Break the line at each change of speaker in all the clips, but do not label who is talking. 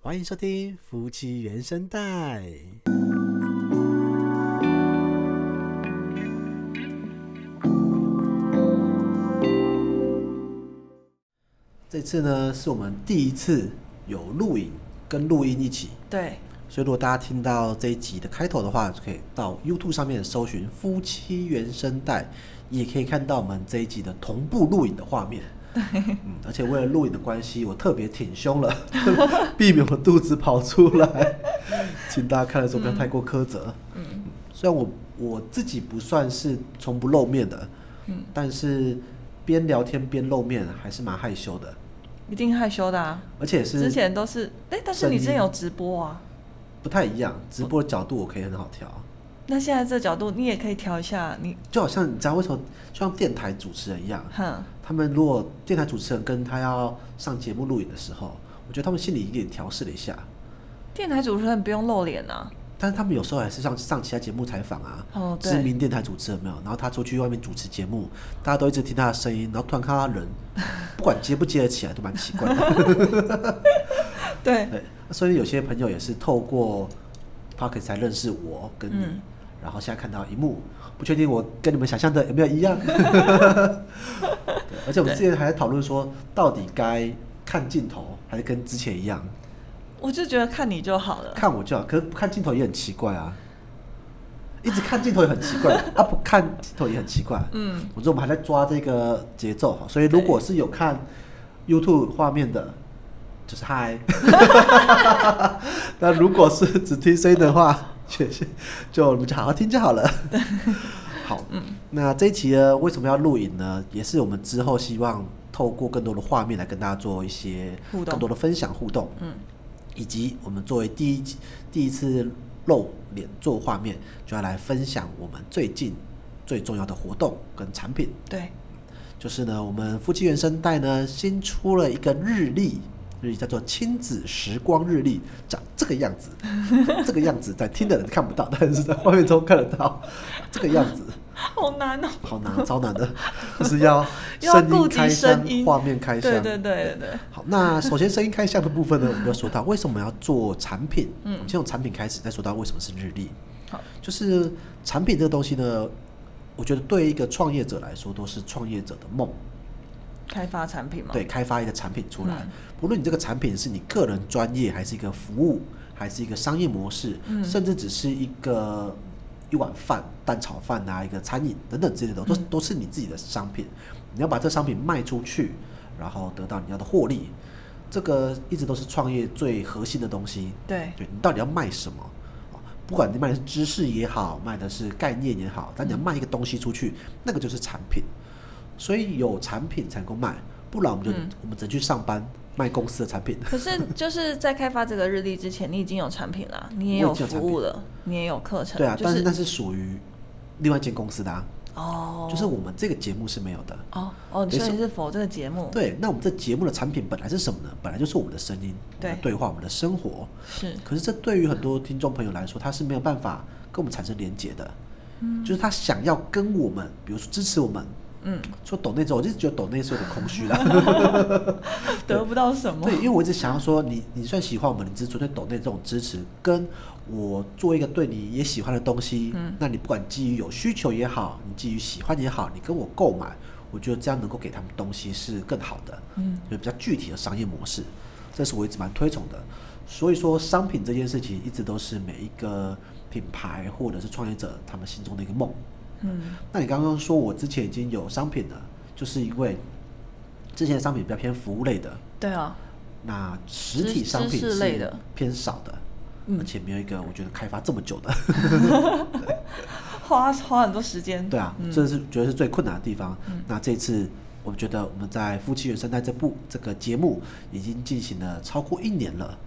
欢迎收听《夫妻原声带》。这次呢，是我们第一次有录影跟录音一起，
对，
所以如果大家听到这一集的开头的话，就可以到 YouTube 上面搜寻“夫妻原声带”，也可以看到我们这一集的同步录影的画面。嗯，而且为了录影的关系，我特别挺胸了，避免我肚子跑出来，请大家看的时候不要太过苛责。嗯，虽然我我自己不算是从不露面的，嗯，但是边聊天边露面还是蛮害羞的，
一定害羞的啊。
而且
之
是
前都是，哎、但是
声
你之前
音
有直播啊，
不太一样，直播的角度我可以很好调。
那现在这角度你也可以调一下，你，
就好像你知道为什么，就像电台主持人一样，
哼，
他们如果电台主持人跟他要上节目录影的时候，我觉得他们心里也调试了一下，
电台主持人不用露脸啊。
但是他们有时候还是上上其他节目采访啊，
哦，
知
对，
名电台主持人没有，然后他出去外面主持节目，大家都一直听他的声音，然后突然看到他人，不管接不接得起来都蛮奇怪的。
对，
对，所以有些朋友也是透过 Pocket 才认识我跟你，
嗯
然后现在看到一幕，不确定我跟你们想象的有没有一样。 对，而且我们之前还在讨论说，到底该看镜头还是跟之前一样，
我就觉得看你就好了。
看我就好，可是不看镜头也很奇怪啊。一直看镜头也很奇怪，啊不看镜头也很奇怪。
嗯，
我觉得我们还在抓这个节奏哈，所以如果是有看 YouTube 画面的，就是 嗨；那如果是只听声音的话，就就你们就好好听就好 了。好，
嗯
那这一期呢，为什么要录影呢？也是我们之后希望透过更多的画面来跟大家做一些
互动
更多的分享互动，
嗯，
以及我们作为第一集第一次露脸做画面，就要来分享我们最近最重要的活动跟产品。
对，
就是呢，我们夫妻原声带呢新出了一个日历，日历叫做亲子时光日历，长这个样子，这个样子在听的人看不到，但是在画面中看得到，这个样子
好难哦、
好难，超难的，就是要
又要
声
顾
音
及
开箱
声，音
画面开箱，
对对对对对，
好，那首先声音开箱的部分呢，我们要说到为什么要做产品，
嗯
我们先从产品开始，再说到为什么是日历。
好，
就是产品这个东西呢，我觉得对一个创业者来说都是创业者的梦。
开发产品嘛。
对，开发一个产品出来，
嗯
不论你这个产品是你个人专业，还是一个服务，还是一个商业模式，
嗯
甚至只是一个一碗饭、蛋炒饭啊，一个餐饮等等之类的，
嗯
都、都是你自己的商品。你要把这商品卖出去，然后得到你要的获利，这个一直都是创业最核心的东西。
对
对你到底要卖什么？哦不管你卖的是知识也好，卖的是概念也好，但你要卖一个东西出去，那个就是产品。所以有产品才能够卖，不然我们就、
嗯
我们只能去上班卖公司的产 品。
可是就是在开发这个日历之前，你已经有产品啦，你也
我
有
已经有
服
产
务了，你也有课程，
对啊，
就
但是
是
那是属于另外一间公司的、啊，
哦，
就是我们这个节目是没有的。
哦哦，
对
所以
是
你是否这个节目？
对，那我们这节目的产品本来是什么呢？本来就是我们的声音、我们的
对嗯
对话、我们的生活。
是，
可是这对于很多听众朋友来说，他是没有办法跟我们产生连结的。嗯，就是他想要跟我们，比如说支持我们，
嗯，
说抖内之后，我就觉得抖内是有点空虚 啦。
得不到什么
对，。因为我一直想要说，你你算喜欢我们，你只是纯粹抖内这种支持，跟我做一个对你也喜欢的东西，
嗯
那你不管基于有需求也好，你基于喜欢也好，你跟我购买，我觉得这样能够给他们东西是更好的，
嗯，
就比较具体的商业模式，这是我一直蛮推崇的。所以说，商品这件事情一直都是每一个品牌或者是创业者他们心中的一个梦。
嗯，
那你刚刚说我之前已经有商品了，就是因为之前的商品比较偏服务类的，
对啊，
那实体
知
商品
知识类的
是偏少的，
嗯
而且没有一个我觉得开发这么久 的，
花花很多时间。
对啊，
嗯
这是觉得是最困难的地方。那这次我们觉得我们在《夫妻原生态》这部这个节目已经进行了超过一年了，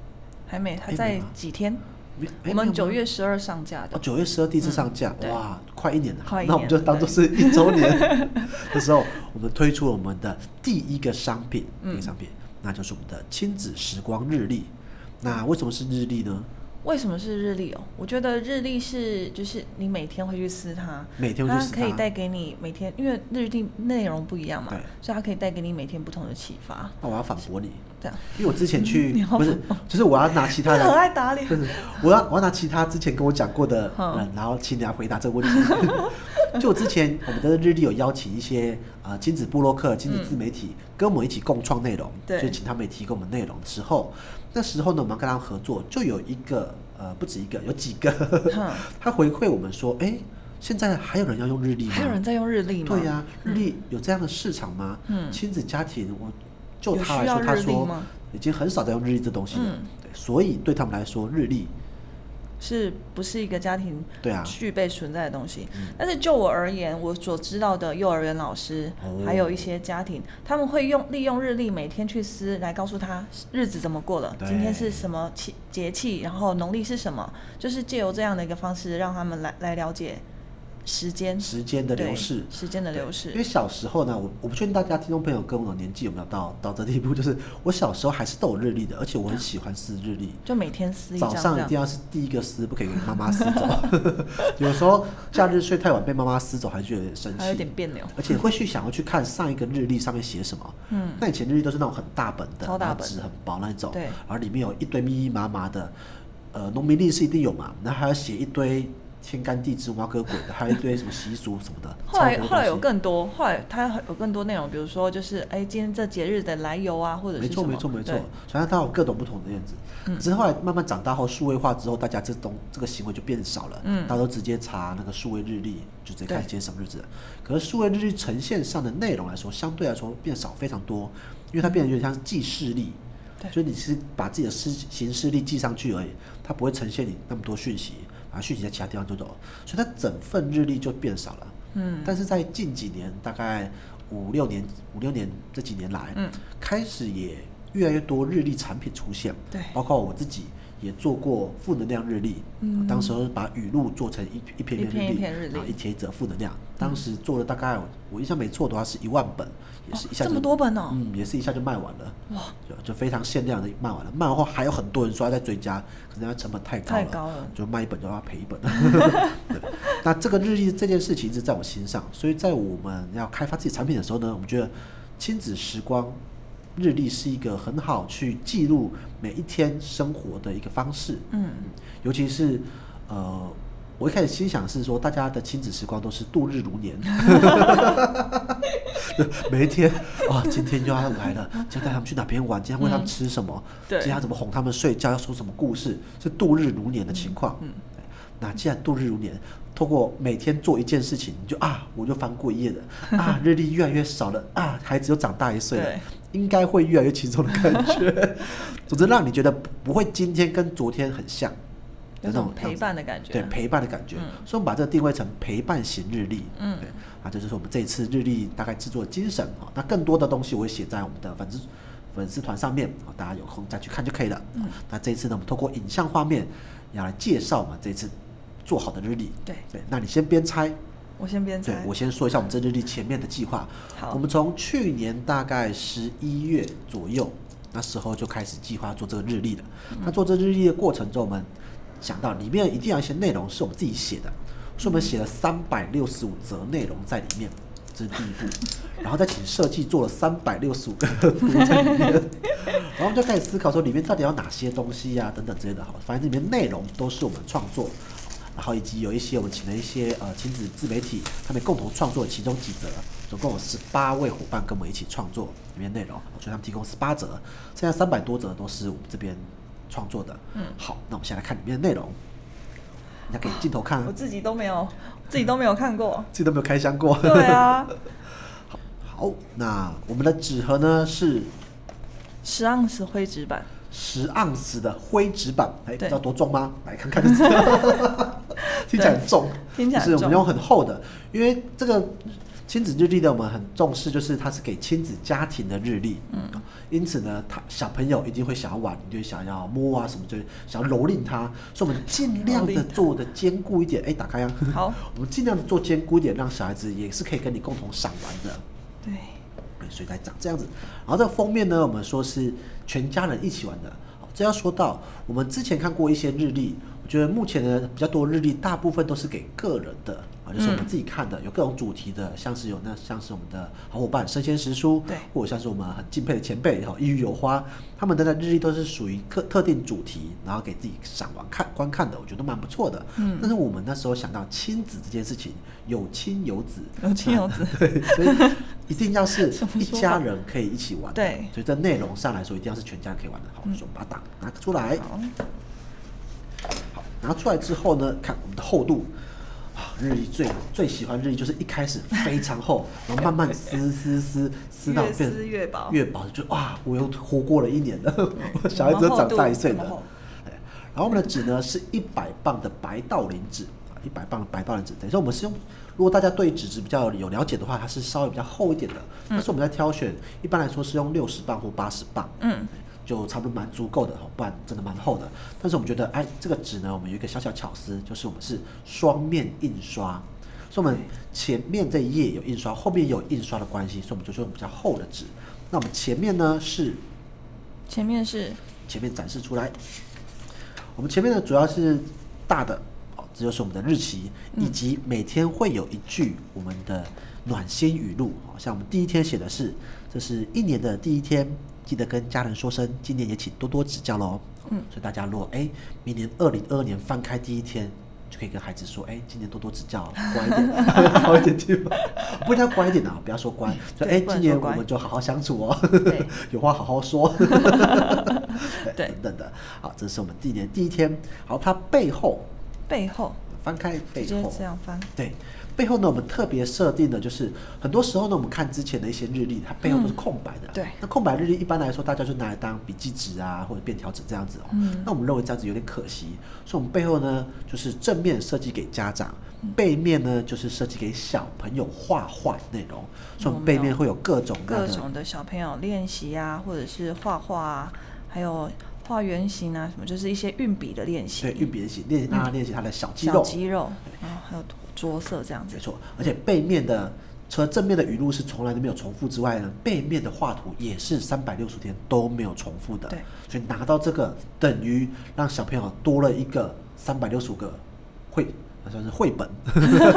还没，还
哎没
在
吗
几天？
没哎
我
没有
们
吗
九月十二上架
哦，
的。
九月十二第一次上架，
嗯对
哇，快一年了，
快一年
那我们就当做是一周 年的时候，我们推出了我们的第一个商品，
嗯
第一个商品，那就是我们的亲子时光日历。那为什么是日历呢？
为什么是日历哦？我觉得日历是就是你每天会去撕它，
每天会去撕
可以
它
带给你每天，因为日历内容不一样嘛
对，
所以它可以带给你每天不同的启发。
那我要反驳你，
这样，
因为我之前去
你要
不是，就是我要拿其他
他 很爱
人，
打脸
不。是 我要我要拿其他之前跟我讲过的
嗯
人，然后请你来回答这个问题。就 我之前我们的日历有邀请一些呃亲子部落客、亲子自媒体、跟我们一起共创内容，
嗯对
就请他们也提供我们内容的时候，那时候呢我们要跟他们合作，就有一个呃不止一个，有几个
哼
他回馈我们说，哎、现在还有人要用日历吗？
还有人在用日历吗？
对呀、日历有这样的市场吗？
嗯
亲子家庭，我就
有
他
需
来
要
说，他
日历
说
吗
已经很少在用日历这东西了。
嗯
对，所以对他们来说，日历
是不是一个家庭
对啊嗯
具备存在的东西？但是就我而言，我所知道的幼儿园老师，
哦
还有一些家庭，他们会用利用日历每天去撕，来告诉他日子怎么过了，
对
今天是什么气节气，然后农历是什么，就是借由这样的一个方式，让他们来来了解时间
时间的流逝
对。时间的流
因为
逝。
小时候呢，我我不确定大家听众朋友跟我的年纪有没有到 到这地步，就是我小时候还是都有日历的，而且我很喜欢撕日历。
就每天撕一张
早上
这
一定要
样，
是第一个撕，不可以给妈妈撕走。 有时候假日睡太晚被妈妈撕走，还觉得有点生气，
还有点别扭
而且会去想要去看上一个日历上面写什么。嗯，那以前日历都是那种很大本的，
超大
然后
本
纸很薄那种，
对
然后里面有一堆密密麻麻的，呃，农民历是一定有嘛，然后还要写一堆天干地支、挖哥鬼的，还有一堆什么习俗什么的。
后来
超多东西
后来有更多，后来它有更多内容，比如说就是哎，今天这节日的来由啊，或者是
没错
什么
没错没错
对，嗯
所以它有各种不同的样子。只是后来慢慢长大后，数位化之后，大家这东这个行为就变少了，
嗯
大家都直接查那个数位日历，就直接看
对
今天什么日子。可是数位日历呈现上的内容来说，相对来说变少非常多，因为它变得有点像是记事历
对，
就是你是把自己的事行事历记上去而已，它不会呈现你那么多讯息，把讯息在其他地方就走了，所以它整份日历就变少了。
嗯，
但是在近几年，大概五六年、五六年这几年来，
嗯，
开始也越来越多日历产品出现，
对
包括我自己也做过负能量日历，嗯，当时候把语录做成一一篇
一篇
日
一
历，啊
篇日历嗯
然后一贴一则负能量，当时做了大概我我印象没错的话是一万本，也是一下
哦
就、
这么多本哦
嗯，也是一下就卖完了，哇，就就非常限量的卖完了，卖完后还有很多人说要再追加，可是那成本太高了，
太高了
就卖一本就要赔一 本。对， 那这个日历这件事情一直在我心上，所以在我们要开发自己产品的时候呢，我们觉得亲子时光日历是一个很好去记录每一天生活的一个方式。
嗯，
尤其是呃，我一开始心想是说，大家的亲子时光都是度日如年， 每一天啊，今天又要来了，今天带他们去哪边玩，今天喂他们吃什么，
嗯对
今天要怎么哄他们睡觉，要说什么故事，是度日如年的情况。嗯，那既然度日如年，透过每天做一件事情，你就啊，我就翻过一页 了啊，日历越来越少了啊，孩子又长大一岁了
对。
应该会越来越轻松的感 觉，总之让你觉得不不会今天跟昨天很像，
有
的那
种
种
陪
样子
伴的感觉。
对陪伴的感觉，所以我们把这个定位成陪伴型日历，
嗯
对，啊，这就是我们这一次日历大概制作的精神啊、那更多的东西我会写在我们的粉丝粉丝团上面，好、大家有空再去看就可以了。
嗯
啊那这一次呢，我们透过影像画面要来介绍我们这一次做好的日历。
对
对，那你先边猜，
我先边
对
猜，
我先说一下我们这日历前面的计划。
好
我们从去年大概十一月左右那时候就开始计划做这个日历了。那做这日历的过程中，我们想到里面一定要有一些内容是我们自己写的，所以我们写了三百六十五则内容在里面，这是第一步。然后再请设计做了三百六十五个图在里面，然后我们就开始思考说里面到底有哪些东西呀、等等之类的。好，反正里面内容都是我们创作。然后以及有一些我们请了一些呃亲子自媒体，他们共同创作其中几则，总共有十八位伙伴跟我们一起创作里面内容，所以他们提供十八则，剩下三百多则都是我们这边创作的。嗯，好，那我们先来看里面的内容，你要给镜头看、啊
我，自己都没有，自己都没有
。
看过
自己都没有开箱过。
对啊，
好，那我们的纸盒呢是
十盎司灰纸板，
十盎司的灰纸板，哎，不
对
知道多重吗？来看 看就知道。听起来很重，
听起来
就是
很
我们
重
用很厚的，因为这个亲子日历呢，我们很重视，就是它是给亲子家庭的日历，嗯，因此呢，他小朋友一定会想要玩，一定会想要摸啊什么，就是想要蹂躏它，所以我们尽量
蹂躏
的做的坚固一点。哎，打开啊，
好，
我们尽量的做坚固一点，让小孩子也是可以跟你共同赏玩的。
对，
对所以才长这样子。然后这个封面呢，我们说是全家人一起玩的。好这要说到我们之前看过一些日历，我觉得目前的比较多日历，大部分都是给个人的啊，就是我们自己看的，有各种主题的，像是有那像是我们的好伙伴生鲜食书，
对
或者像是我们很敬佩的前辈哈，一郁有花，他们的那日历都是属于特特定主题，然后给自己赏玩看观看的，我觉得都蛮不错的。嗯，但是我们那时候想到亲子这件事情，有亲有子，
有亲有 子，
对，所以一定要是
什么
一
说法
家人可以一起玩的。
对嗯
所以在内容上来说，一定要是全家人可以玩的。好，我们把它打拿出来。
好，
好，拿出来之后呢，看我们的厚度。啊日历最最喜欢日历，就是一开始非常厚，然后慢慢 撕撕撕撕到
越
变
撕越薄
越薄就哇，我又活过了一年了，我 小
我
孩
们
子都
厚
长
度
大一岁
这么
了
厚。
对然后我们的纸呢是一百磅的白道林纸，一百磅的白道林纸，等于说我们是用，如果大家对纸质比较有了解的话，它是稍微比较厚一点的，
嗯
但是我们在挑选，一般来说是用六十磅或八十磅，
嗯，
就差不多蛮足够的，不然真的蛮厚的。但是我们觉得，哎，这个纸呢，我们有一个小小巧思，就是我们是双面印刷。所以我们前面这一页有印刷，后面也有印刷的关系，所以我们就用比较厚的纸。那我们前面呢是
前面是
前面展示出来。我们前面的主要是大的，哦，这就是我们的日期，
嗯
以及每天会有一句我们的暖心语录。哦，像我们第一天写的是，这是一年的第一天，记得跟家人说声，今年也请多多指教喽。嗯，所以大家如果哎，明年二零二二年翻开第一天。就可以跟孩子说，哎、今年多多指教，乖一点， 好一点对吧？不一定要乖一点啊，不要说乖，就哎、
对不能
今年
说
我
乖
们就好好相处哦
对，
有话好好 说。
对
等等的。好，这是我们第一年第一天。好，它背后
背后，
翻开
直
背
接
后，
这样翻，
对，背后呢，我们特别设定的就是，很多时候呢，我们看之前的一些日历，它背后都是空白的。
嗯对
那空白日历一般来说，大家就拿来当笔记纸啊，或者便条纸这样子、哦。
嗯
那我们认为这样子有点可惜，所以我们背后呢，就是正面设计给家长，
嗯
背面呢就是设计给小朋友画画的内容，所以我们背面会有各种各样
各
的
种的小朋友练习啊，或者是画画啊，还有画圆形啊，什么就是一些运笔的练习，
对运笔练习，练让他练习他的小肌
小
肉。
肌肉，然后还有着色这样子
没，错，而且背面的除了正面的语录是从来都没有重复之外呢，背面的画图也是三百六十天都没有重复的。
对，
所以拿到这个等于让小朋友多了一个三百六十五个绘，那算是绘 本，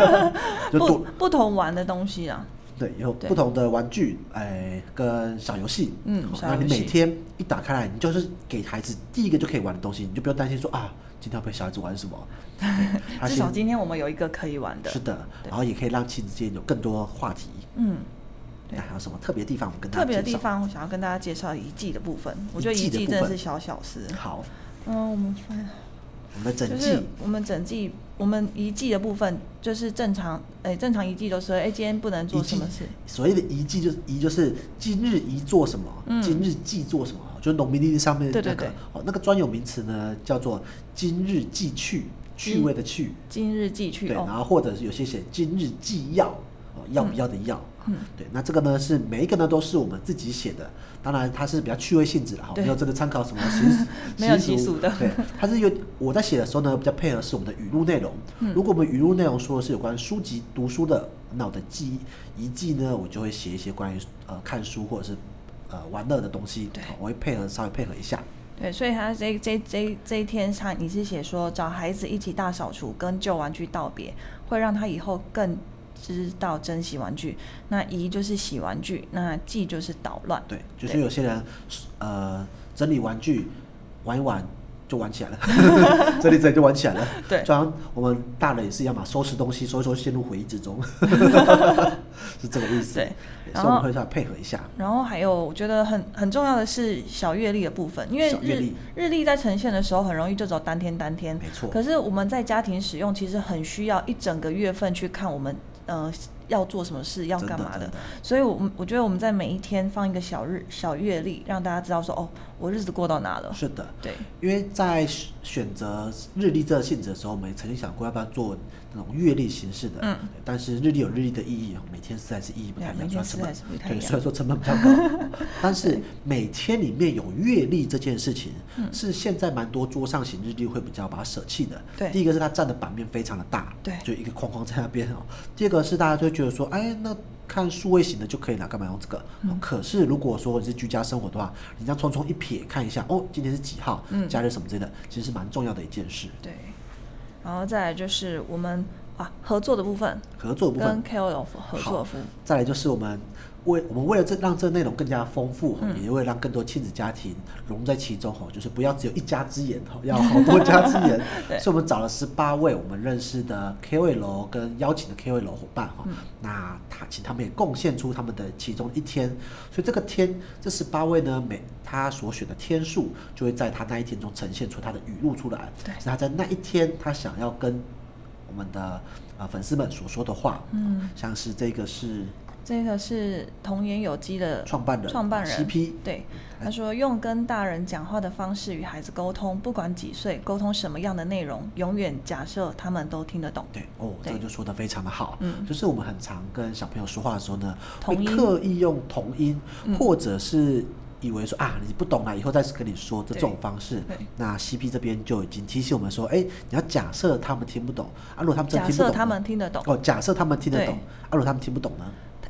就
不
多
不同玩的东西啊，
对有
对
不同的玩具，哎、跟小游戏。
嗯
好
小
那你
游
每
戏
天一打开来，你就是给孩子第一个就可以玩的东西，你就不用担心说啊，今天要陪小孩子玩什 么。对他
至
先
少今天我们有一个可以玩的，
是的，
对
然后也可以让亲子间有更多话题。
嗯，对
那还有什么特别地方？我们跟大家
特别的
介
地
绍。
方，我想要跟大家介绍遗迹的部分。我觉得
遗迹
遗
的
迹
部
真的
分
是小小事。
好，
嗯，我们翻，
我们的整
就
季
是我们整季，我们遗迹的部分就是正常，哎、正常遗迹都是，哎、今天不能做
遗
什
迹
么事，，
所谓的遗迹就是遗就是今日遗做什么，
嗯
今日祭做什么，就是农民历上面那
对
个
对对
哦，那个专有名词呢叫做今日祭趣，趣味的趣，
今日寄去
对，然
哦，
后或者是有些写今日祭要，哦，要不要的要。啊
嗯
对，那这个呢是每一个呢都是我们自己写的，当然它是比较趣味性质的哈，
对，
没有真的参考什么习俗
没有习俗的
对，它是有我在写的时候呢比较配合是我们的语录内容。
嗯
如果我们语录内容说的是有关书籍读书的，那我的记忆遗记呢，我就会写一些关于呃看书或者是呃玩乐的东西，
对
好我会配合稍微配合一下。
对，所以他这这这这一天上，你是写说找孩子一起大扫除，跟旧玩具道别，会让他以后更知道珍惜玩具。那遗就是洗玩具，那寄就是捣乱，
对，就是有些人呃整理玩具玩一玩就玩 起来了，整理整理就玩起来了。
对
就好像我们大人也是一样嘛，收拾东西，所以说陷入回忆之 中，是这个意思。
对然
所以我
后
们会要配合一下。
然后还有，我觉得很很重要的是小月历的部分，因为
小月
日
历
日历在呈现的时候很容易就走单天单天，
没错
可是我们在家庭使用，其实很需要一整个月份去看我们呃要做什么事，要
真的
干嘛
真
的。
的
所以我，们我觉得我们在每一天放一个小日小月历，让大家知道说，哦，我日子过到哪了。
是的，
对，
因为在选选择日历这个性质的时候，我们也曾经想过要不要做那种月历形式的，
嗯
但是日历有日历的意义，每天实在是意义不太一
对
样，
每
主要成
天实在
本
是不太一
对，
样
虽然说成本比较高， 但是每天里面有月历这件事情，
嗯
是现在蛮多桌上型日历会比较把它舍弃的。
对
第一个是它占的版面非常的大，
对
就一个框框在那边哦。第二个是大家就会觉得说，哎，那看数位型的就可以了，干嘛用这个？
嗯
哦可是如果说你是居家生活的话，你这样匆匆一瞥看一下，哦，今天是几号，
嗯
假日什么之类的，其实是蛮重要的一件事。
对，然后再来就是我们啊合作的部分，
合作的部分
跟 KOL 合作的部分，
再来就是我们为我们为了这让这内容更加丰富，
嗯
也为了让更多亲子家庭融入在其中吼，就是不要只有一家之言吼，要好多家之言
对。
所以我们找了十八位我们认识的 KOL 跟邀请的 KOL 伙伴哈、
嗯
那他请他们也贡献出他们的其中一天，所以这个天这十八位呢，每他所选的天数就会在他那一天中呈现出他的语录出来，
对
是他在那一天他想要跟我们的呃粉丝们所说的话，
嗯，
像是这个是
这个是童颜有机的
创办人哎
创办人
CP
对，他说用跟大人讲话的方式与孩子沟通，不管几岁，沟通什么样的内容，永远假设他们都听得懂。
对哦，这个
对
就说的非常的好，
嗯
就是我们很常跟小朋友说话的时候呢，会
同音
刻意用同音，
嗯
或者是以为说啊你不懂啦，以后再跟你说的
对
这种方式
对。
那 CP 这边就已经提醒我们说，哎，你要假设他们听不懂啊，如果他们真的
假
听不
设
懂呢，
他们听得懂，
哦，假设他们听得
对
懂，啊，如果他们听不懂呢？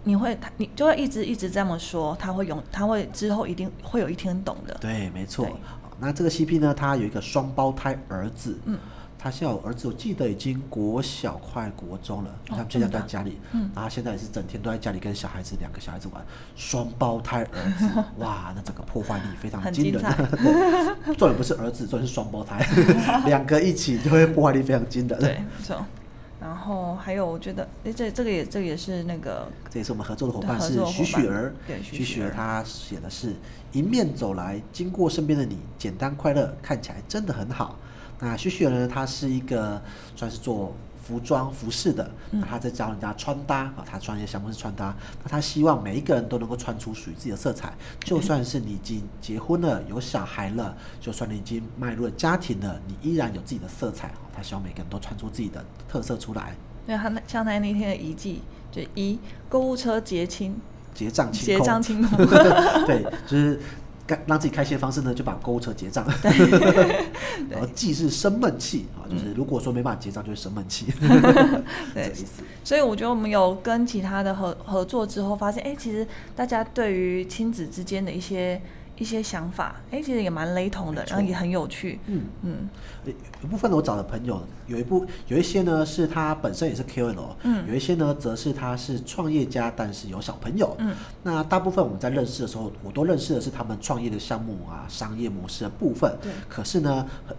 你会他你就会一直一直这么说，他会永他会之后一定会有一天懂的。
对，没错
对。
好那这个 CP 呢，他有一个双胞胎儿子，
嗯，
他现在有儿子，我记得已经国小快国中了，
哦
他们现在都在家里，嗯，然后他现在也是整天都在家里跟小孩子两个小孩子玩，双胞胎儿 子，哇，那整个破坏力非常
很
惊
精
人，
彩
对， 重点不是儿子，重点是双胞 胎，两个一起就会破坏力非常惊人，
对，，没错。然后还有，我觉得，诶，这这个也这个也是那个
这也是我们合作的伙伴
合
是
作
徐
伙伴
雪儿，
对徐
徐
雪
雪儿
儿
她写的是迎面走来，经过身边的你，简单快乐，看起来真的很好。那徐雪儿呢，她是一个算是做服装服饰的，
嗯
那她在教人家穿搭啊，她专业项目是穿搭，那她希望每一个人都能够穿出属于自己的色彩，就算是你已经结婚了，有小孩了，就算你已经迈入了家庭了，你依然有自己的色彩，啊她希望每个人都穿出自己的特色出来。
对他那像他那天的遗迹，就一购物车结清，
结账清
结
空
账清空
对，就是该让自己开心的方式呢，就把购物车结 账。 然后既是生闷气啊，就是如果说没办法结账，就是生闷 气。这
嗯对
意思。
所以我觉得我们有跟其他的合合作之后，发现，哎，其实大家对于亲子之间的一些一些想法，哎，其实也蛮雷同的，
没错
然后也很有趣。
嗯，
嗯，
有有部分的我找的朋友，有一部有一些呢是他本身也是 KOL，
嗯
有一些呢则是他是创业家，但是有小朋友，
嗯，
那大部分我们在认识的时候，我都认识的是他们创业的项目啊、商业模式的部分，
对
可是呢，很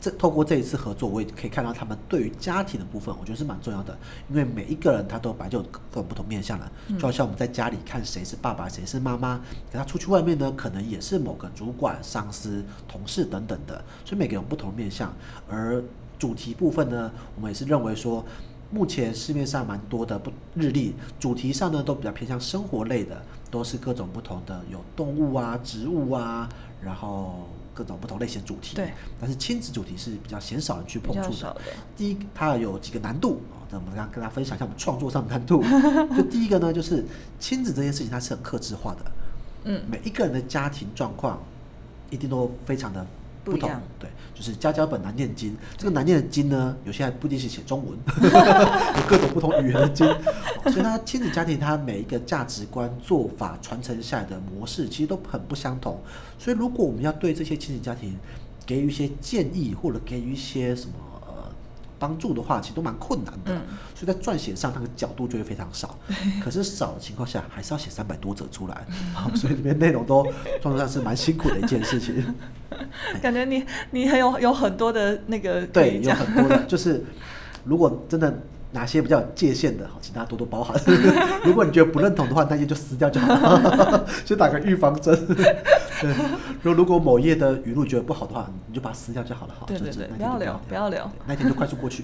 这透过这一次合作，我也可以看到他们对于家庭的部分，我觉得是蛮重要的，因为每一个人他都本来就有各种不同面向了，就好像我们在家里看谁是爸爸，谁是妈妈，可他出去外面呢，可能也是某个主管、上司、同事等等的，所以每个人有不同的面向。而主题部分呢，我们也是认为说。目前市面上蛮多的不日历，主题上呢都比较偏向生活类的，都是各种不同的，有动物啊、植物啊，然后各种不同类型的主题。
对，
但是亲子主题是比较鲜少人去
比
碰
较
触
少
的。
的。
第一，它有几个难度哦，那我们刚跟大家分享一下我们创作上的难 度。就第一个呢，就是亲子这件事情它是很克制化的，
嗯，
每一个人的家庭状况一定都非常的不
不一
同
样。
对，就是家家本难念经，这个难念的经呢，有些还不一定是写中文，有各种不同语言的经。哦所以他亲子家庭，他每一个价值观、做法传承下来的模式，其实都很不相同。所以如果我们要对这些亲子家庭给予一些建议，或者给予一些什么呃帮助的话，其实都蛮困难的。
嗯
所以在撰写上，它的角度就会非常少。可是少的情况下，还是要写三百多则出来， 好所以里面内容都创作上是蛮辛苦的一件事情。
感觉你你很有有很多的那个
哎
可
对，
以
有
讲，
很多的， 就是如果真的哪些比较有界限的，好，请大家多多包涵。 如果你觉得不认同的话，那些就撕掉就好了， 就打个预防 针。对，如如果某页的语录觉得不好的话，你就把它撕掉就好了，好，
对
就
对
是
对
那
不要
天就
留不要留
对那天就快速过 去。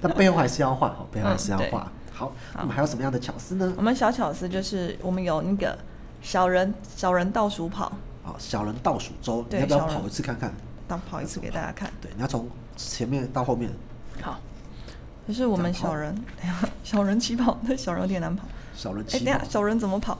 但背后还是要画，好，背后还是要
嗯对
画。好，那
好嗯
么还有什么样的巧思呢
我？们小巧思就是我们有那个小人小人倒数跑，
好，小人倒数周，你
对
要不要
小人
跑一次看看？
当跑一次给大家看。
对，你要从前面到后面，
好，就是我们
这样跑
小人 小人起跑，那小人有点难跑。
小人
哎，
起
等一
跑
下。小人怎么跑？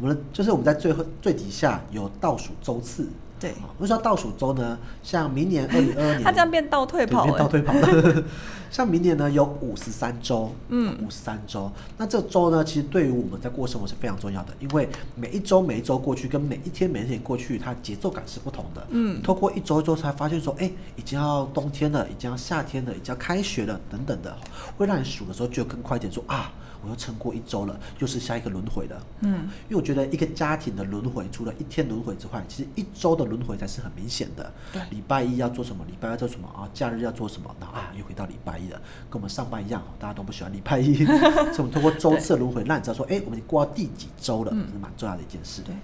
我们的就是我们在最后最底下有倒数周次，
对，
好为什么要倒数周呢？像明 年二零二二年，
他这样变倒退
对，
跑、
变
欸，
倒退跑了。 像明年呢，有五十三周，啊
嗯，
五十三周。那这周呢，其实对于我们在过生活是非常重要的，因为每一周每一周过去，跟每一天每一天过去，它节奏感是不同的。
嗯
透过一周一周才发现说，哎、已经要冬天了，已经要夏天了，已经要开学了，等等的，会让你数的时候就更快一点说啊，我又撑过一周了，又是下一个轮回了。
嗯，
因为我觉得一个家庭的轮回，除了一天轮回之外，其实一周的轮回才是很明显的。
对
礼拜一要做什么，礼拜二做什么啊，假日要做什么，然后啊又回到礼拜一了，跟我们上班一样，哦大家都不喜欢礼拜 一，所以我们通过周次的轮回，让你知道说，哎、我们已经过到第几周了，
嗯
这是蛮重要的一件事。
对。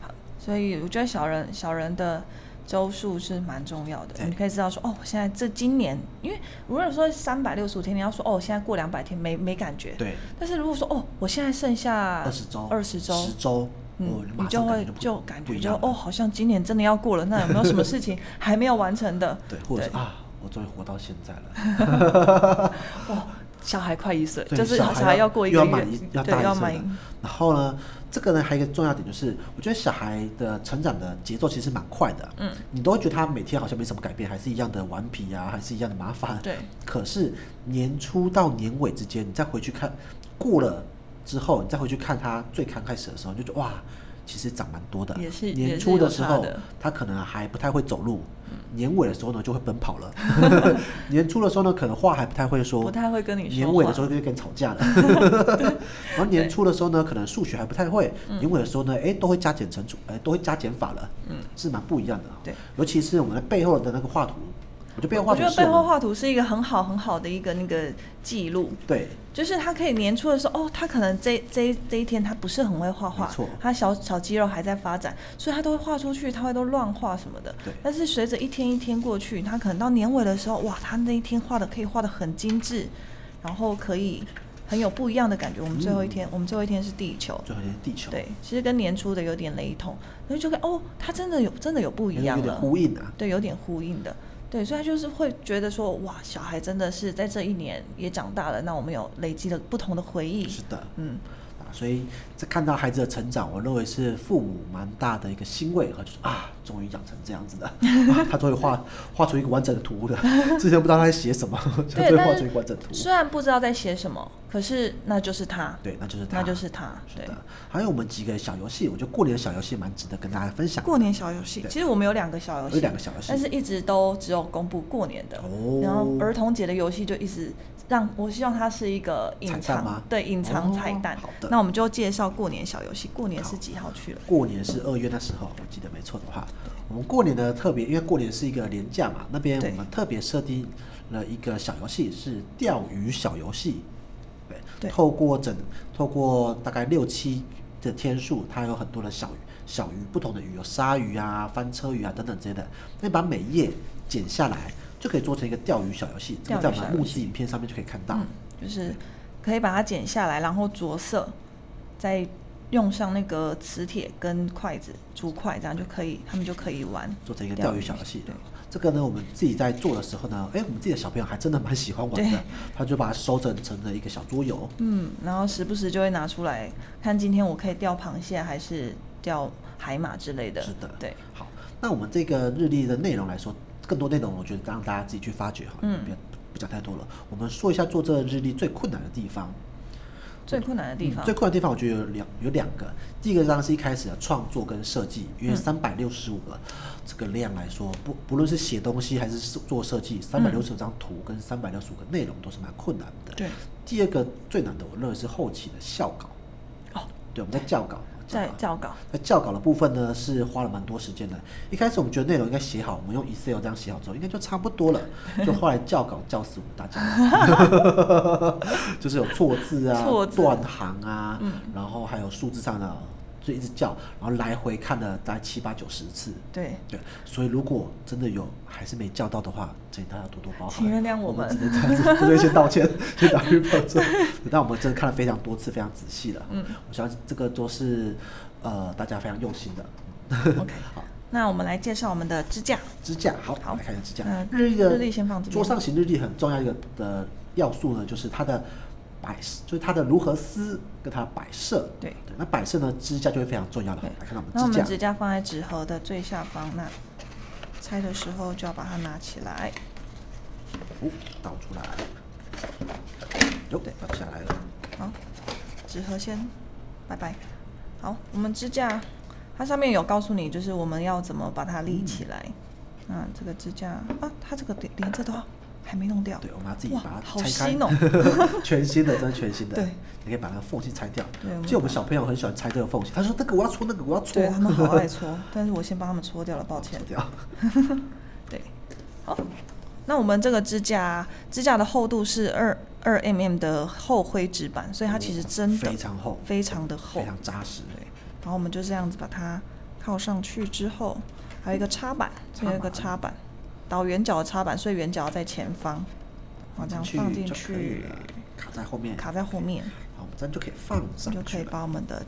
好，所以我觉得小人小人的周数是蛮重要的，
对
你可以知道说，哦，我现在这今年，因为如果说三百六十五天，你要说哦，我现在过两百天没没感觉，。
对，
但是如果说哦，我现在剩下
二十周，
啊二十周，
十周，我
嗯，你
马
就
上
会
感觉
就
不
感
不
觉
一
就
样了
哦，，好像今年真的要过了，那有没有什么 事情还没有完成的？
对，或者是啊，我终于活到现在了。
哦，小孩快一岁，
啊对
就是
小
小孩要过一
又
个
要
月
满一，要
对，
大
要
一岁
满
了。然后呢，这个呢还有一个重要点就是，我觉得小孩的成长的节奏其实蛮快的。
嗯，
你都会觉得他每天好像没什么改变，还是一样的顽皮啊，还是一样的麻烦。
对。
可是年初到年尾之间，你再回去看，过了之后，你再回去看他最刚开始的时候，你就觉得哇。其实长蛮多的，
也是也
年
是
初
有
的时
差
候
的，嗯
他可能还不太会走路，年尾的时候呢就会奔跑了， 年初的时候呢可能话还不太会说，
不太会跟你说
年尾的
话
时候就会跟你吵架了，然后年初的时候呢，可能数学还不太会，
嗯
年尾的时候呢，哎，都会加减乘除，哎，都会加减法了，嗯，是蛮不一样的。
对，
尤其是我们的背后的那个画图，我觉得背后画
我
图
觉得
是
背
我
后
们
画图是一个很好很好的一个那个记录，
对
就是他可以年初的时候，哦，他可能这这这一天他不是很会画画
没错，
他小小肌肉还在发展，所以他都会画出去，他会都乱画什么的
对。
但是随着一天一天过去，他可能到年尾的时候，哇，他那一天画的可以画的很精致，然后可以很有不一样的感觉。我们最后一
嗯
天，我们最后一天是地球，
最后一天地球，
对，其实跟年初的有点雷同，所以就看哦，他真的有真的有不
有
一样
点
了，
呼应啊。
对，有点呼应的。对，所以他就是会觉得说，哇，小孩真的是在这一年也长大了，那我们有累积了不同的回忆。
是的，
嗯，
啊，所以这看到孩子的成长，我认为是父母蛮大的一个欣慰和就是啊，终于养成这样 子的，啊、他终于画画出一个完整的图了。 之前不知道他在写什么， 他
对，
终于画
但
出一
是
个完整的图。
虽然不知道在写什么，可是那就是他，
对，那就是他，
那就是他。
是
对，
的，还有我们几个小游戏，我觉得过年的小游戏蛮值得跟大家分享的。
过年小游戏，
对
其实我们有两个小游戏，
有两个小游戏
但是一直都只有公布过年的。
哦
然后儿童节的游戏就一直让我希望它是一个隐
彩蛋吗
藏，对，隐藏
哦
彩蛋。
好的
那我们就介绍过年小游戏，过年是几号去了？
过年是二月那时候，我记得没错的话，我们过年呢特别，因为过年是一个年假嘛，那边
对
我们特别设定了一个小游戏，是钓鱼小游戏。对，
对
透过整透过大概六七的天数，它有很多的小鱼、小鱼不同的鱼，有鲨鱼啊、翻车鱼啊等等之类的，那把每一页剪下来。就可以做成一个钓鱼小游戏，这个在
钓
我
鱼小
们募
游
资
戏
影片上面就可以看到。
嗯，就是可以把它剪下来，然后着色，再用上那个磁铁跟筷子、竹筷，这样就可以，他们就可以玩
做成一个钓鱼小游戏
对，
这个呢，我们自己在做的时候呢，哎，我们自己的小朋友还真的蛮喜欢玩
对
的， 他就把它收整成了一个小桌游。
嗯，然后时不时就会拿出来看，今天我可以钓螃蟹还是钓海马之类的。
是的，
对，。
好，那我们这个日历的内容来说，更多内容我觉得让大家自己去发掘哈，
嗯
别不讲太多了。我们说一下做这个日历最困难的地方。嗯
最困难的地方
最，困难的地方我觉得有两有两个，第一个当然是一开始的创作跟设计，因为
嗯
三百六十五个这个量来说，不不论是写东西还是做设计，三百六十张图跟三百六十五个内容都是蛮困难的。
对，
第二个最难的，我认为是后期的校稿。
哦，
对，我们在校稿，
在
校稿
教稿，
在校稿的部分呢，是花了蛮多时间的。一开始我们觉得内容应该写好，我们用 Excel 这样写好之后，应该就差不多 了。就后来校稿教死我们大家，就是有错字啊、
错字嗯
断行啊，然后还有数字上的，就一直校，然后来回看了大概七八九十次。
对，
对，所以如果真的有还是没叫到的话，请大家多多包涵，
请原谅
我
我们
只能这样子，所以先道歉， 先打预防针。但我们真的看了非常多次，非常仔细了。嗯，我相信这个都是呃大家非常用心的。
OK
好，
那我们来介绍我们的支架。
支架好，
好
来看一下支架
那。
历的
日历先放这边
桌上型日历很重要一个的要素呢，就是它的摆设，就是它的如何撕跟它的摆设。
对
对，那摆设呢，支架就会非常重要了。
对
来看到我们
那我
支
们
架，
指甲放在纸盒的最下方，那拆的时候就要把它拿起来。
哦，倒出来，哟，
对
倒下来了。
好，纸盒先，拜拜。好，我们支架，它上面有告诉你，就是我们要怎么把它立起来。
嗯
那这个支架啊，它这个连连这都还没弄掉。
对，我们要自己
哇
把它
好
拆开。
新哦
全新的，真的全新的。
对
你可以把那个缝隙拆掉。
对我们
就我们小朋友很喜欢拆这个缝隙，他说那个我要戳，那个我要戳。
对他们好哎 爱搓，但是我先帮他们搓掉了，抱歉
剪。掉。
对，好，那我们这个支架，支架的厚度是二二 mm 的厚灰纸板，所以它其实真的
非常厚
非常的厚
非。常扎实。
对，然后我们就这样子把它靠上去之后，还有一个插板，这有一个
插
插板，导圆角的插板，所以圆角要在前方，然后这样放进
就可以
去，
了，卡在后面，
卡在后面，
好，我们这样就可以放上去
就
了，
可以把我们的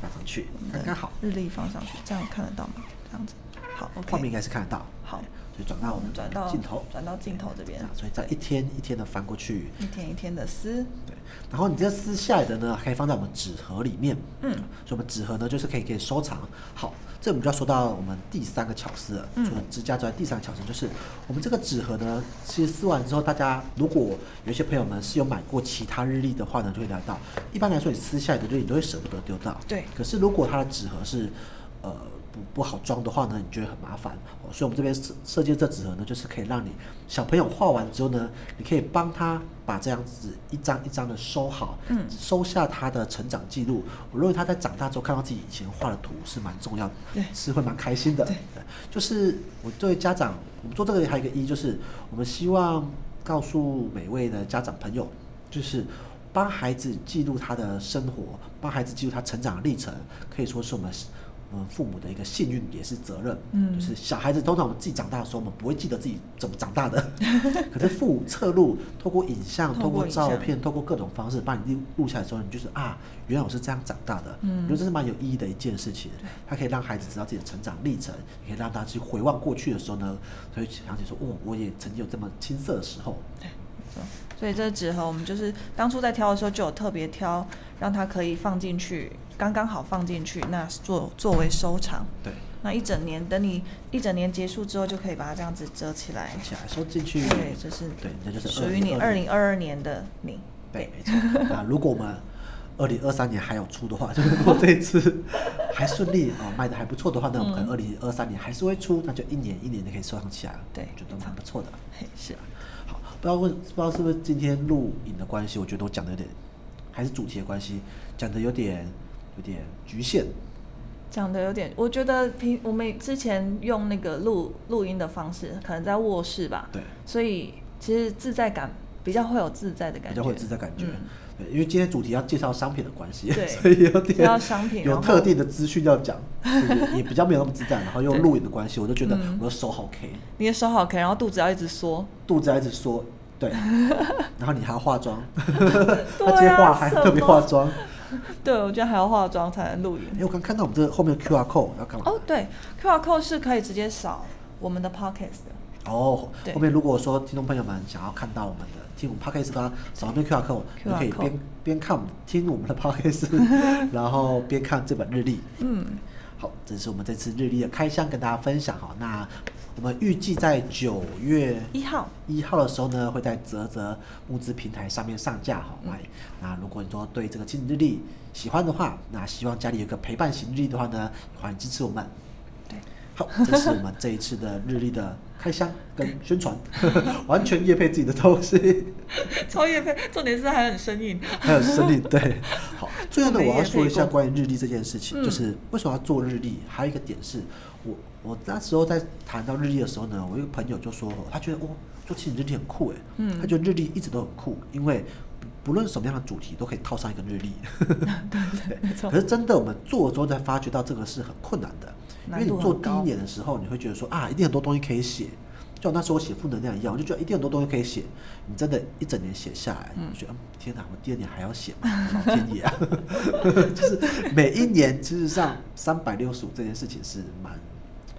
放上去
我，们
刚
的
刚好，
日历放上去，这样看得到吗？这样子，好
画面应
，OK。
该是看得到。
好
所以转到我
我
们
们转到
镜头，
转到镜头这边
啊，所以这样一天一天的翻过去，
一天一天的撕，
对，然后你这撕下来的呢，可以放在我们纸盒里面。
嗯
所以我们纸盒呢，就是可以可以收藏。好，这我们就要说到我们第三个巧思了。
嗯
除了支架之外，第三个巧思就是我们这个纸盒呢，其实撕完之后，大家如果有一些朋友们是有买过其他日历的话呢，就会聊到，一般来说你撕下来的日历你都会舍不得丢掉。
对
可是如果它的纸盒是呃不不好装的话呢，你觉得很麻烦、哦所以我们这边设设计这纸盒呢，就是可以让你小朋友画完之后呢，你可以帮他把这样子一张一张的收好，
嗯
收下他的成长记录。我认为他在长大之后看到自己以前画的图是蛮重要的，
对
是会蛮开心的。
对
对，就是我作为家长，我们做这个还有一个一就是，我们希望告诉每位的家长朋友，就是帮孩子记录他的生活，帮孩子记录他成长的历程，可以说是我们我们父母的一个幸运，也是责任。
嗯
就是小孩子通常我们自己长大的时候，我们不会记得自己怎么长大的，可是父母侧录，透过影像，
透
透过
过影
照
像
片。透过各种方式把你录录下来之后，你就是啊，原来我是这样长大的，
嗯
我觉得这是蛮有意义的一件事情。它可以让孩子知道自己的成长历程，也可以让他去回望过去的时候呢，他会想起说，哦，我也曾经有这么青涩的时候。
所以这纸盒我们就是当初在挑的时候就有特别挑，让它可以放进去，刚刚好放进去，那作作为收藏。
对，
那一整年，等你一整年结束之后，就可以把它这样子折起来
想。起来收进去，
对，这是
对，那就是
属于你二
2020
零二二年的你。
对，没错。啊，如果我们二零二三年还有出的话， 就是如果这一次还顺利啊、卖的还不错的话，那我们
嗯
可能二零二三年还是会出，那就一年一年的可以收藏起来了，
对
觉得蛮不错的。
嘿，是啊，
好，不知道为不知道是不是今天录影的关系，我觉得我讲的有点，还是主题的关系，讲的有点有点局限。
讲的有点，我觉得平我们之前用那个录录音的方式，可能在卧室吧。
对
所以其实自在感比较会有自在的感觉，
比较会有自在感觉。
嗯
对，因为今天主题要介绍商品的关 系，
对
所以有点
介绍商品
有
然后
特定的资讯要讲，所以也也比较没有那么自在。然后又
对
录影的关系，我就觉得
嗯
我的手好 K，、
你的手好 K，然后肚子要一直缩。
肚子还一直缩，对，然后你还要化妆，
对
他今天
啊
化还
什
特别
么
化妆。
对，我觉得还要化妆才能录
哎、
影。
我刚看到我们这个后面的 QR code 要干嘛？
哦，对，QR code 是可以直接扫我们的 Podcast 的。
哦，
对
后面如果说听众朋友们想要看到我们的听我们 podcast 的话，扫描 QR code，你可以
code
边边看我们听我们的 podcast，然后边看这本日历。
嗯，
好，这是我们这次日历的开箱，跟大家分享哈。那我们预计在九月
一号
一号的时候呢，会在泽泽募资平台上面上架哈。
嗯
那、那如果你说对这个亲子日历喜欢的话，那希望家里有个陪伴型日历的话呢，欢迎支持我们。
对，
好，这是我们这一次的日历的开箱跟宣 传，完全业配自己的东西，
超夜配，重点是还很生硬。
还有生意。对，好，最后呢，
没
我要
业
说一
配
下
过
关于日历这件事情，
嗯
就是为什么要做日历，还有一个点是我我那时候在谈到日历的时候呢，我一个朋友就说，他觉得哦，做情侣日历很酷哎，
嗯
他觉得日历一直都很酷，因为不不论什么样的主题都可以套上一个 日历。对
没错
可是真的，我们做了之后才发觉到这个是很困难的，因为
难度
你
很
做第一
高
年的时候，你会觉得说啊，一定很多东西可以写。就那时候我写负能量一样，我就觉得一定很多东西可以写。你真的，一整年写下来，你就觉得、嗯、天哪，我第二年还要写吗？老天爷啊！ 就是每一年，事实上三百六十五这件事情是蛮，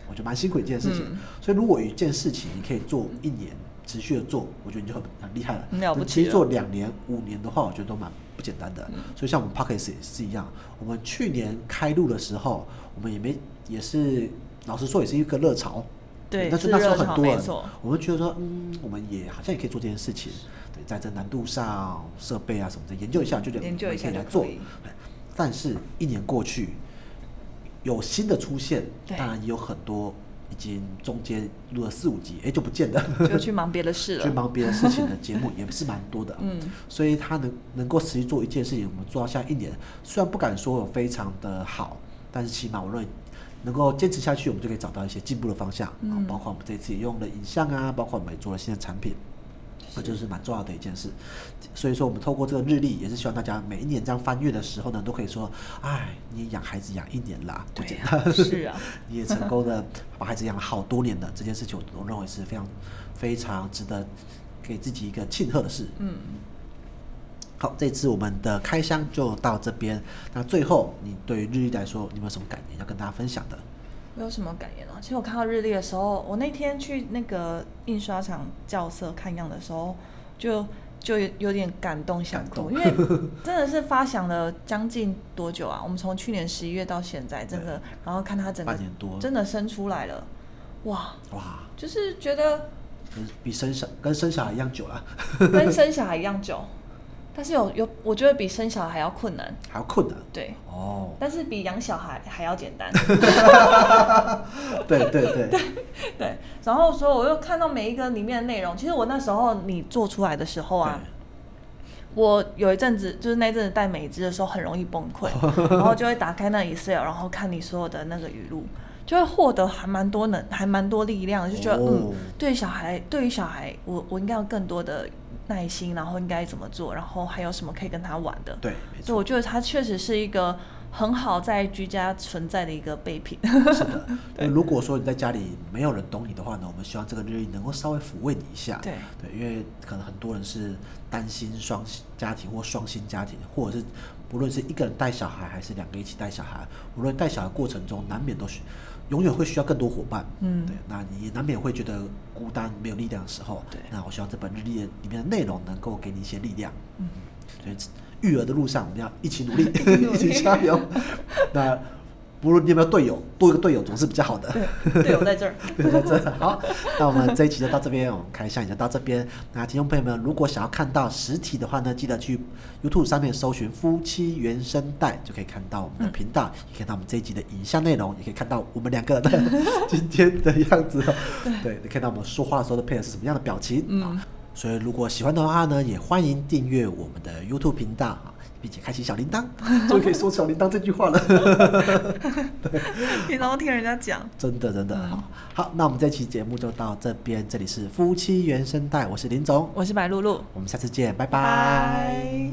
我觉得蛮辛苦的一件事情。
嗯
所以如果有一件事情你可以做一年，持续的做，我觉得你就很很厉害了，
很了不
能
起
持续
了嗯
做两年、五年的话，我觉得都蛮不简单的。所以像我们 p o c k e t 也是一样，我们去年开录的时候，我们也没也是老实说也是一个热潮，
对
但是
是
那时候
热
很
潮
多
没
人
错，
我们觉得说，嗯，我们也好像也可以做这件事情，对，在这难度上、设备啊什么的研究一下，就觉得
研究
我们
一下
可以来
就
做
可以。
但是，一年过去，有新的出现，
对
当然也有很多已经中间录了四五集，哎，就不 见了，
就去忙别的事了。
去忙别的事情的节目也是蛮多的。
嗯，
所以他能能够持续做一件事情，我们做到下一年，虽然不敢说有非常的好，但是起码我认为能够坚持下去，我们就可以找到一些进步的方向。啊
嗯
包括我们这次也用了影像啊，包括我们也做了新的产品。那就是蛮重要的一件事，所以说我们透过这个日历，也是希望大家每一年这样翻阅的时候呢，都可以说，哎，你养孩子养一年啦，不
对
简单。
啊，是 啊，
你也成功的把孩子养了好多年的这件事情，我我认为是非常非常值得给自己一个庆贺的事。
嗯，
好，这次我们的开箱就到这边。那最后，你对于日历来说，你有没有什么感言要跟大家分享的？
我有什么感言啊？其实我看到日历的时候，我那天去那个印刷厂校色看样的时候，就就有有点感动想哭，
感
因为 真的是发想了将近多久啊？我们从去年十一月到现在，真的，然后看它整个
半年多
真的生出来了，哇，
哇，
就是觉得
跟比生小跟生小孩一样久了，
跟生小孩一样久， 但是有有，我觉得比生小孩还要困难，
还要困难。
对，
哦，
但是比养小孩还要简单。
对对对，
对，然后所以我又看到每一个里面的内容。其实我那时候你做出来的时候啊，我有一阵子就是那阵子带美资的时候很容易崩 溃，然后就会打开那 Excel，然后看你所有的那个语录，就会获得还蛮多能，还蛮多力量的，就觉得、
哦
嗯，对于小孩，对于小孩，我我应该有更多的耐心，然后应该怎么做，然后还有什么可以跟他玩的。
对，没
所以
错，
我觉得它确实是一个很好在居家存在的一个备品。
是的。那如果说你在家里没有人懂你的话呢，我们希望这个日历能够稍微抚慰你一下。
对
对，因为可能很多人是单薪双薪家庭或双薪家庭，或者是不论是一个人带小孩还是两个一起带小孩，无论带小孩过程中难免都需永远会需要更多伙伴。
嗯
对，那你也难免会觉得孤单没有力量的时候。
对
那我希望这本日历的里面的内容能够给你一些力量。
嗯，
所以育儿的路上我们要一起努 力
起，努
一起
力
加 油。那不论你有没有队友，多一个队友总是比较好的。
对，队友在这 儿。
对，在这好，那我们这一期就到这边，我们开箱也就到这边。那听众朋友们，如果想要看到实体的话呢，记得去 YouTube 上面搜寻“夫妻原声带”，就可以看到我们的频道，也可以看到我们这一集的影像内容，也可以看到我们两个的 今天的样子哦。对，你看到我们说话的时候的配合是什么样的表情啊？所以如果喜欢的话呢，也欢迎订阅我们的 YouTube 频道啊，并且开启小铃铛，终于可以说小铃铛这句话了。
你然后听人家讲，
真的真的好、好，那我们这期节目就到这边，这里是夫妻原声带，我是林总，
我是白露露，
我们下次见，拜
拜
拜